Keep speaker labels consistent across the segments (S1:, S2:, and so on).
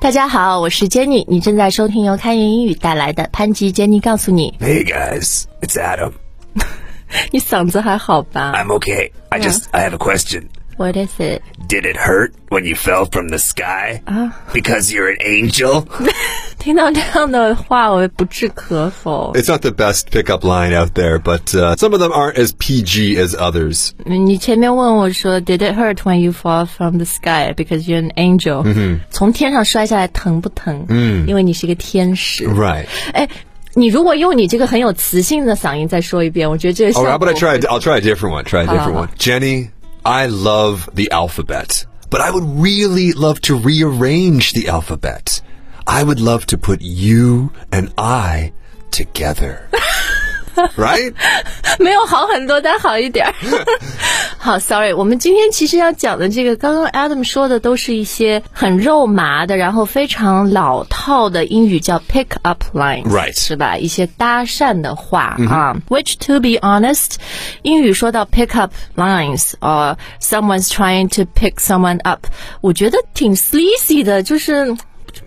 S1: 大家好，我是 Jenny，你正在收听由开言英语带来的潘吉 Jenny 告诉你。
S2: Hey guys, it's Adam.
S1: 你嗓子还好吧
S2: I'm okay. I just I have a question.
S1: ？What is it？
S2: Did it hurt when you fell from the sky? Because you're an angel?
S1: 听到这样的话，我不置可否。
S3: It's not the best pickup line out there, but uh, some of them aren't as PG as others.
S1: 你前面问我说，Did it hurt when you fall from the sky because you're an angel？、从天上摔下来疼不疼？嗯，因为你是一个天使。
S3: Right.
S1: 哎，你如果用你这个很有磁性的嗓音再说一遍，哦我觉得这个效果。
S3: Or how about I try? I'll try a different one. Try a different
S1: Uh-huh.
S3: one. Jenny, I love the alphabet, but I would really love to rearrange the alphabet. I would love to put you and I together. right?
S1: 没有好很多，但好一点儿。好，sorry，我们今天其实要讲的这个，刚刚 Adam 说的都是一些很肉麻的，然后非常老套的英语叫 pick up line，
S3: Right
S1: 是吧？一些搭讪的话、啊，which to be honest，英语说到 pick up lines or someone's trying to pick someone up，我觉得挺 sleazy 的，就是。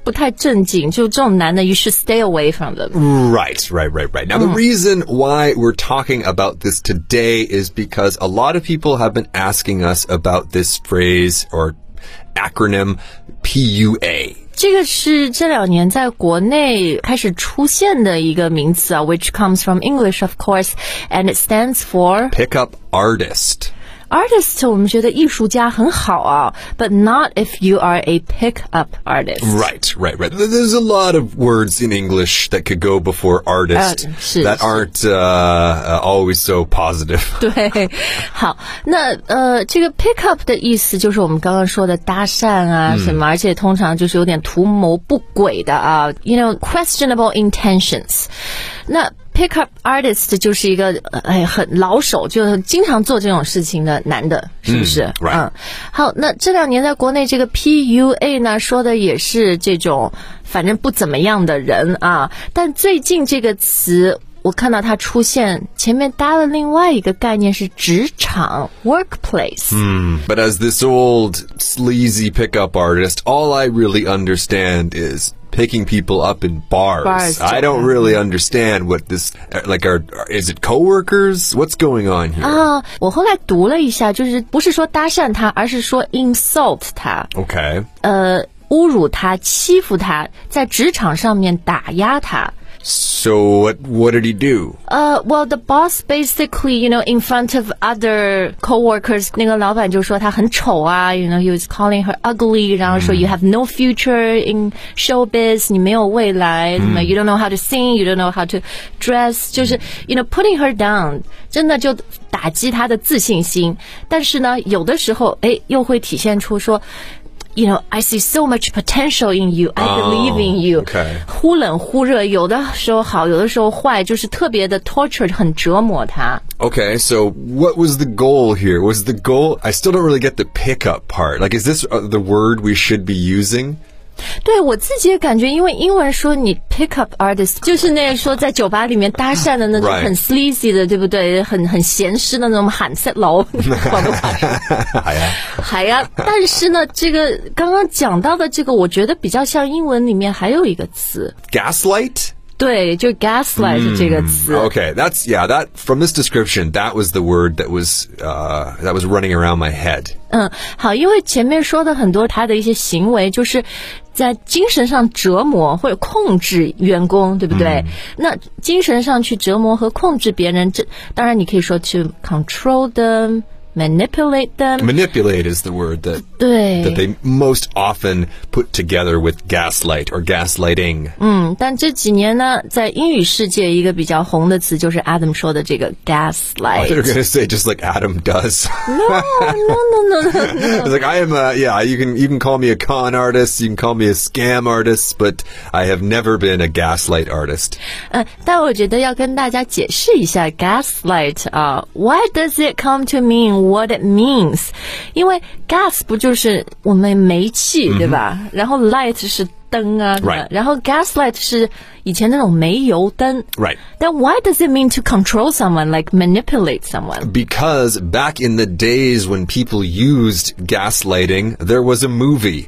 S1: 不太正经，就这种男的，you should stay away from them。
S3: Right, right, right, right. Now, the reason why we're talking about this today is because a lot of people have been asking us about this phrase or acronym PUA.
S1: 这个是这两年在国内开始出现的一个名词啊，which comes from English, of course, and it stands for
S3: Pickup artist.
S1: artist。我们觉得艺术家很好啊，but not if you are a pickup artist。
S3: Right, right, right. Th- There's a lot of words in English that could go before artist
S1: Uh, 是-
S3: that
S1: 是。
S3: aren't uh, uh, always so positive.
S1: 对，好，那呃，这个 pick up 的意思就是我们刚刚说的搭讪啊什么，而且通常就是有点图谋不轨的啊，you know questionable intentions。那 pick up artist 就是一个呃哎很老手，就是经常做这种事情的男的，是不是？嗯
S3: right
S1: 好，那这两年在国内这个 PUA 呢，说的也是这种反正不怎么样的人啊，但最近这个词。我看到它出现前面搭了另外一个概念是职场 workplace，
S3: But as this old sleazy pickup artist, all I really understand is picking people up in bars.
S1: Bars,
S3: I don't really understand what this uh, like. Are is it coworkers? What's going on here?
S1: 啊，我后来读了一下，就是不是说搭讪他，而是说 insult 他，
S3: okay.
S1: 呃，侮辱他、欺负他，在职场上面打压他。
S3: So what? What did he do?
S1: Uh, well, the boss basically, you know, in front of other coworkers, 那个老板就说她很丑啊，you know, he was calling her ugly，然后说 you have no future in showbiz，你没有未来，什么 you don't know how to sing，you don't know how to dress，就是 you know putting her down，真的就打击她的自信心。但是呢，有的时候，哎，又会体现出说。You know, I see so much potential in you. I believe in you.
S3: okay.
S1: 忽冷忽热，有的时候好，有的时候坏，就是特别的 torture，很折磨他。
S3: Okay, so what was the goal here? Was the goal? I still don't really get the pickup part. Like, is this uh, the word we should be using?
S1: 对我自己也感觉，因为英文说你 pick up artist 就是那个说在酒吧里面搭讪的那种
S3: Right.
S1: 很 sleazy 的，对不对？很很闲适的那种喊色佬，管不管？海哎呀，但是呢，这个刚刚讲到的这个，我觉得比较像英文里面还有一个词，
S3: Gaslight.
S1: 对，就 gaslight 这个词。
S3: Okay, that's yeah. That from this description, that was the word that was uh, that was running around my head.
S1: 嗯，好，因为前面说的很多他的一些行为，就是在精神上折磨或者控制员工，对不对？那精神上去折磨和控制别人，这当然你可以说 to control them。Manipulate them，
S3: Manipulate is the word that that
S1: 对，
S3: they most often put together with gaslight or gaslighting.
S1: 嗯，但这几年呢，在英语世界一个比较红的词就是 Adam 说的这个
S3: They're
S1: gaslight。
S3: gonna say just like Adam does.
S1: no, no, no, no.
S3: it's like I am a yeah. You can you can call me a con artist. You can call me a scam artist, but I have never been a gaslight artist.
S1: 呃，但我觉得要跟大家解释一下 gaslight 啊、w h y does it come to mean what it means？因为 gas 不就是我们煤气、对吧？然后 light 是灯啊
S3: 嗯 Right
S1: 然后 gaslight 是以前那种煤油灯。
S3: Right.
S1: 但 why does it mean to control someone, like manipulate
S3: 嗯
S1: someone？
S3: Because back in the days when people used gaslighting, there was a movie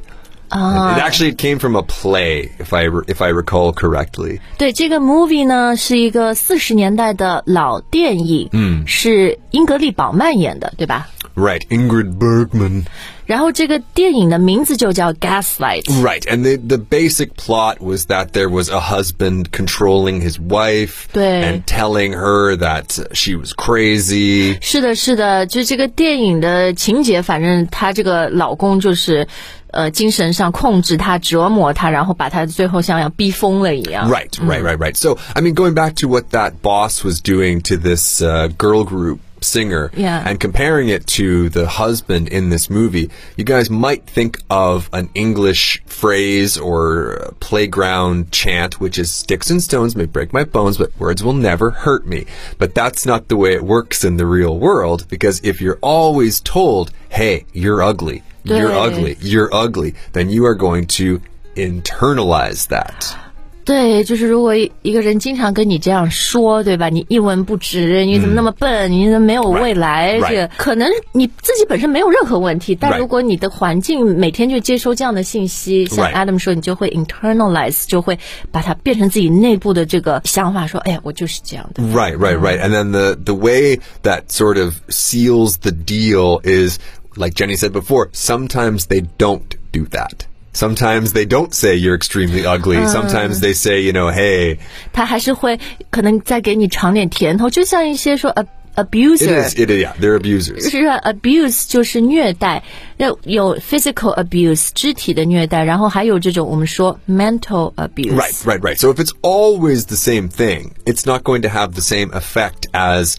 S3: it actually it came from a play, if I re- if I recall correctly.
S1: 对，这个 movie 呢是一个四十年代的老电影，嗯，是英格丽·宝曼演的，对吧？
S3: Right, Ingrid Bergman.
S1: 然后这个电影的名字就叫 Gaslight，
S3: Right, and the the basic plot was that there was a husband controlling his wife
S1: 对。
S3: and telling her that she was crazy.
S1: 是的，是的，就这个电影的情节，反正她这个老公就是，呃，精神上控制她、折磨她，然后把她最后像要逼疯了一样。
S3: Right, right, right, right. So, I mean, going back to what that boss was doing to this uh, girl group singer
S1: Yeah.
S3: and comparing it to the husband in this movie, you guys might think of an English phrase or playground chant, which is sticks and stones may break my bones, but words will never hurt me. But that's not the way it works in the real world because if you're always told, hey, you're ugly, you're
S1: Yeah.
S3: ugly, you're ugly, then you are going to internalize that.
S1: 对，就是如果一一个人经常跟你这样说，对吧？你一文不值，你怎么那么笨？你怎么没有未来
S3: 嗯 right
S1: 这个可能你自己本身没有任何问题，但
S3: Right
S1: 如果你的环境每天就接收这样的信息，像
S3: Right
S1: Adam 说，你就会 internalize，就会把它变成自己内部的这个想法，说，哎呀，我就是这样的。
S3: Right, right, right. And then the the way that sort of seals the deal is like Jenny said before, sometimes they don't do that. Sometimes they don't say you're extremely ugly. Sometimes they say, you know, hey,
S1: 他还是会可能再给你尝点甜头，就像一些说 ab
S3: it is,
S1: abuser。
S3: it is, yeah, they're abusers.
S1: 是啊 abuse 就是虐待，那有 physical abuse 肢体的虐待，然后还有这种我们说 mental abuse。
S3: Right, right, right. So if it's always the same thing, it's not going to have the same effect as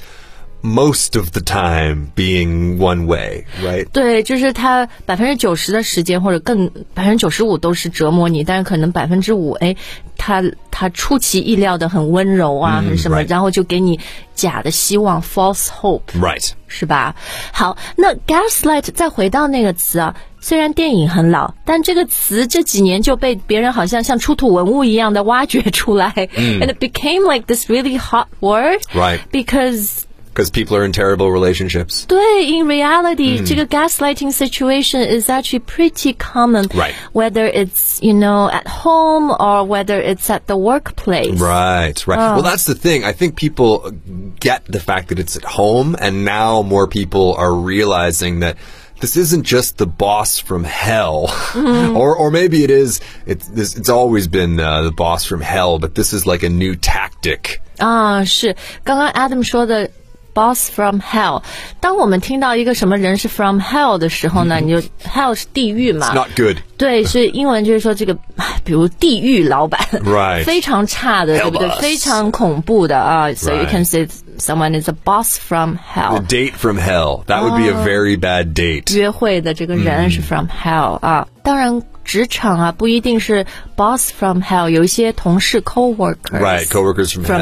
S3: most of the time being one way, right?
S1: 对，就是他百分之九十的时间或者更百分之九十五都是折磨你，但是可能百分之五，哎，他他出其意料的很温柔啊，很什么
S3: 嗯 right
S1: 然后就给你假的希望 false hope。
S3: Right.
S1: 是吧？好，那 gaslight 再回到那个词啊，虽然电影很老，但这个词这几年就被别人好像像出土文物一样的挖掘出来、a n d it became like this really hot word,
S3: Right.
S1: Because
S3: Because people are in terrible relationships.
S1: 对，in reality，、这个 gaslighting situation is actually pretty common,
S3: Right.
S1: Whether it's you know at home or whether it's at the workplace,
S3: Right, right. Well, that's the thing. I think people get the fact that it's at home, and now more people are realizing that this isn't just the boss from hell, or or maybe it is. It's this, it's always been uh, the boss from hell, but this is like a new tactic.
S1: 啊，是刚刚 Adam 说的。Boss from hell。当我们听到一个什么人是 from hell 的时候呢，你就 hell 是地狱嘛
S3: 嗯 It's not good.
S1: 对，所以英文就是说这个， 唉比如地狱老板
S3: Right
S1: 非常差的，对不对
S2: Hell boss
S1: 非常恐怖的啊。So you
S3: Right 嗯
S1: can say someone is a boss from
S3: A
S1: hell。
S3: date from hell. That would be a very bad date.
S1: 约会的这个
S3: 嗯
S1: 人是 from hell 啊。当然，职场啊不一定是 boss from hell，有一些同事 coworkers
S3: Right, coworkers from
S1: from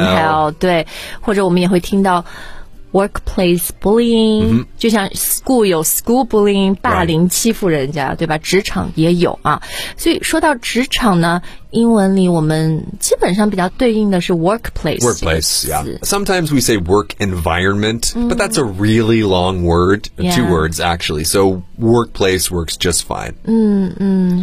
S1: hell
S3: hell
S1: 对，或者我们也会听到 workplace bullying，、就像 school 有 school bullying 霸凌欺负人家，对吧？职场也有啊。所以说到职场呢，英文里我们基本上比较对应的是 workplace 这个
S3: Workplace,
S1: 词
S3: yeah. Mm. Sometimes we say work environment, but that's a really long word, uh,
S1: Yeah.
S3: two words actually. So workplace works just fine.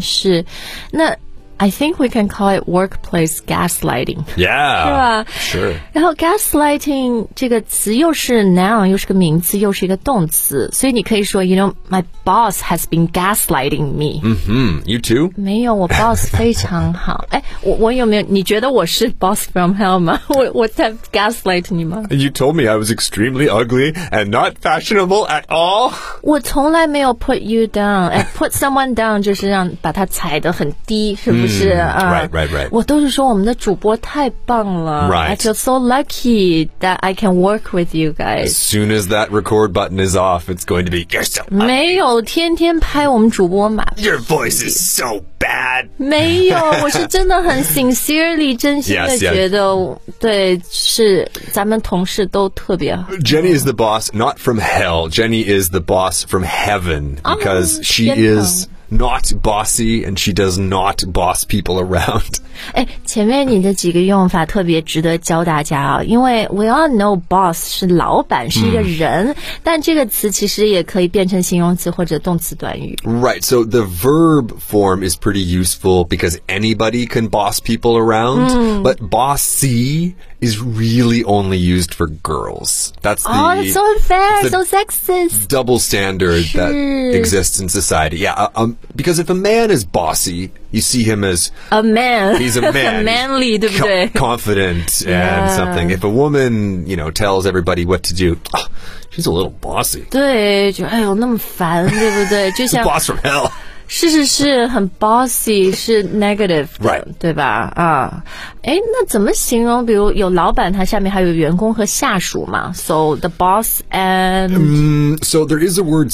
S1: 是，那 I think we can call it workplace gaslighting。
S3: Yeah.
S1: 是吧？
S3: Sure.
S1: 然后 gaslighting 这个词又是 noun，又是个名词，又是一个动词，所以你可以说，you know, my boss has been gaslighting me、
S3: Mm, you too?
S1: 没有，我 boss 非常好。哎，我我有没有？你觉得我是 boss from hell 吗？ 我我在 gaslight 你吗？
S3: You told me I was extremely ugly and not fashionable at all.
S1: 我从来没有 put you down，哎，put someone down 就是让把他踩得很低，是不是啊
S3: right, right, right.
S1: 我都是说我们的主播太棒了
S3: Right.
S1: I feel so lucky that I can work with you guys
S3: As。soon as that record button is off, it's going to be
S2: You're so.
S1: 没有天天拍我们主播马 屁，
S2: Your voice is so bad.
S1: 没有，我是真的很 sincerely 真心的
S3: Yes, yes.
S1: 觉得对，是咱们同事都特别好。
S3: Jenny is the
S1: Oh,
S3: boss, not from hell. Jenny is the boss from heaven because she
S1: Jenny.
S3: is not bossy and she does not boss people around.
S1: 哎，前面你的几个用法特别值得教大家啊，因为 we all know boss 是老板，是一个人，
S3: 嗯
S1: 但这个词其实也可以变成形容词或者动词短语。
S3: Right, so the verb form is pretty useful because anybody can boss people around,
S1: Hmm.
S3: but bossy is really only used for girls. That's the
S1: Oh, that's so unfair,
S3: it's
S1: so
S3: the-
S1: sexist.
S3: double standard that
S1: Sure.
S3: exists in society. Yeah, uh, um, because if a man is bossy, you see him as
S1: A man.
S3: he's a man,
S1: 很 manly，对不
S3: co-
S1: 对？
S3: confident and
S1: Yeah.
S3: something. If a woman, you know, tells everybody what to do, ah, she's a little bossy.
S1: 对，就哎呦那么烦，对不 对？就像
S3: Boss from hell.
S1: 是是是很 bossy，是 negative，的
S3: Right
S1: 对吧？啊，哎，那怎么形容？比如有老板，他下面还有员工和下属嘛？So the boss and
S3: Um, So there is a word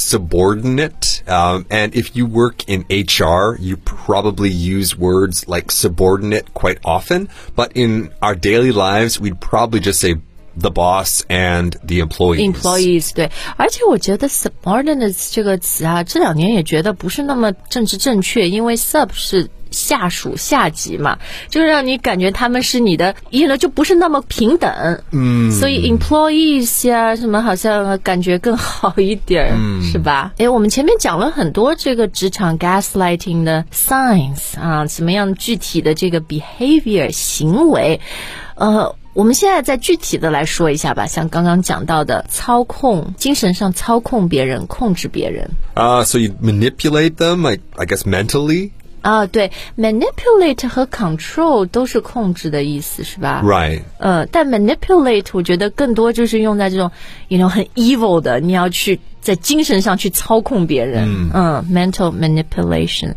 S3: subordinate, um, and if you work in HR, you probably use words like subordinate quite often. But in our daily lives, we'd probably just say the boss and the employees.
S1: employees，对。而且我觉得 subordinates 这个词啊，这两年也觉得不是那么政治正确，因为 sub 是。下属下级嘛，就让你感觉他们是你的，you know，就不是那么平等。嗯，所以 employees 呀、什么好像感觉更好一点儿，是吧？哎，我们前面讲了很多这个职场 gaslighting 的 signs 啊，什么样具体的这个 behavior 行为，呃。我们现在再具体的来说一下吧，像刚刚讲到的操控，精神上操控别人，控制别人
S3: Uh, so you manipulate them, I, I guess, mentally.
S1: 啊，对，manipulate 和 control 都是控制的意思，是吧？
S3: Right.
S1: 呃，但 manipulate 我觉得更多就是用在这种，you know，很 evil 的，你要去在精神上去操控别人，嗯 m e n t a l manipulation，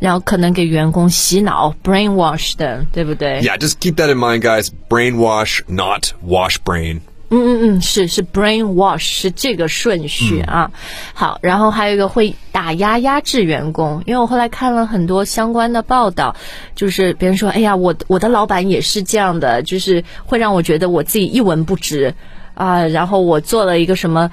S1: 然后可能给员工洗脑，brainwash 的，对不对
S3: Yeah, just keep that in mind, guys. Brainwash, not wash brain.
S1: 嗯，是是 brainwash 是这个顺序啊。好，然后还有一个会打压压制员工，因为我后来看了很多相关的报道，就是别人说，哎呀，我我的老板也是这样的，就是会让我觉得我自己一文不值啊、然后我做了一个什么，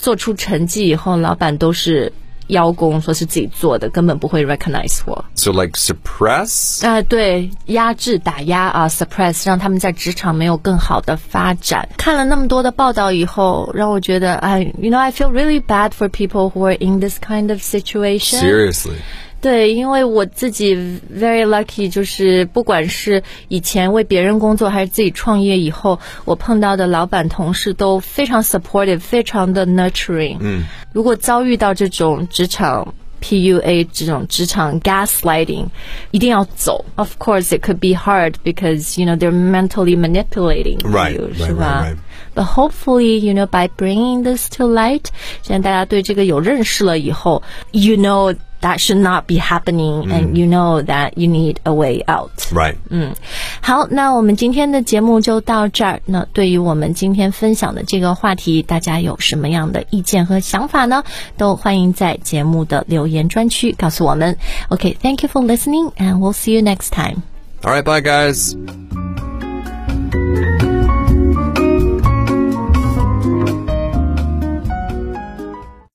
S1: 做出成绩以后，老板都是。邀功说是自己做的，根本不会 recognize 我。
S3: So, like, suppress.
S1: 啊、对，压制、打压啊，suppress，让他们在职场没有更好的发展。看了那么多的报道以后，让我觉得，哎，you know, I feel really bad for people who are in this kind of situation。
S3: Seriously.
S1: 对，因为我自己 very lucky，就是不管是以前为别人工作，还是自己创业以后，我碰到的老板同事都非常 supportive，非常的 nurturing。嗯，如果遭遇到这种职场 PUA 这种职场 gaslighting，一定要走。Of course, it could be hard because you know they're mentally manipulating you，
S3: Right, right,
S1: 是吧
S3: right, right.
S1: But hopefully, you know, by bringing this to light，现在大家对这个有认识了以后，you know that should not be happening，and、you know that you need a way out。
S3: Right.
S1: 好，那我们今天的节目就到这儿。那对于我们今天分享的这个话题，大家有什么样的意见和想法呢？都欢迎在节目的留言专区告诉我们。OK，thank、you for listening，and we'll see you next time。
S3: All right, bye, guys.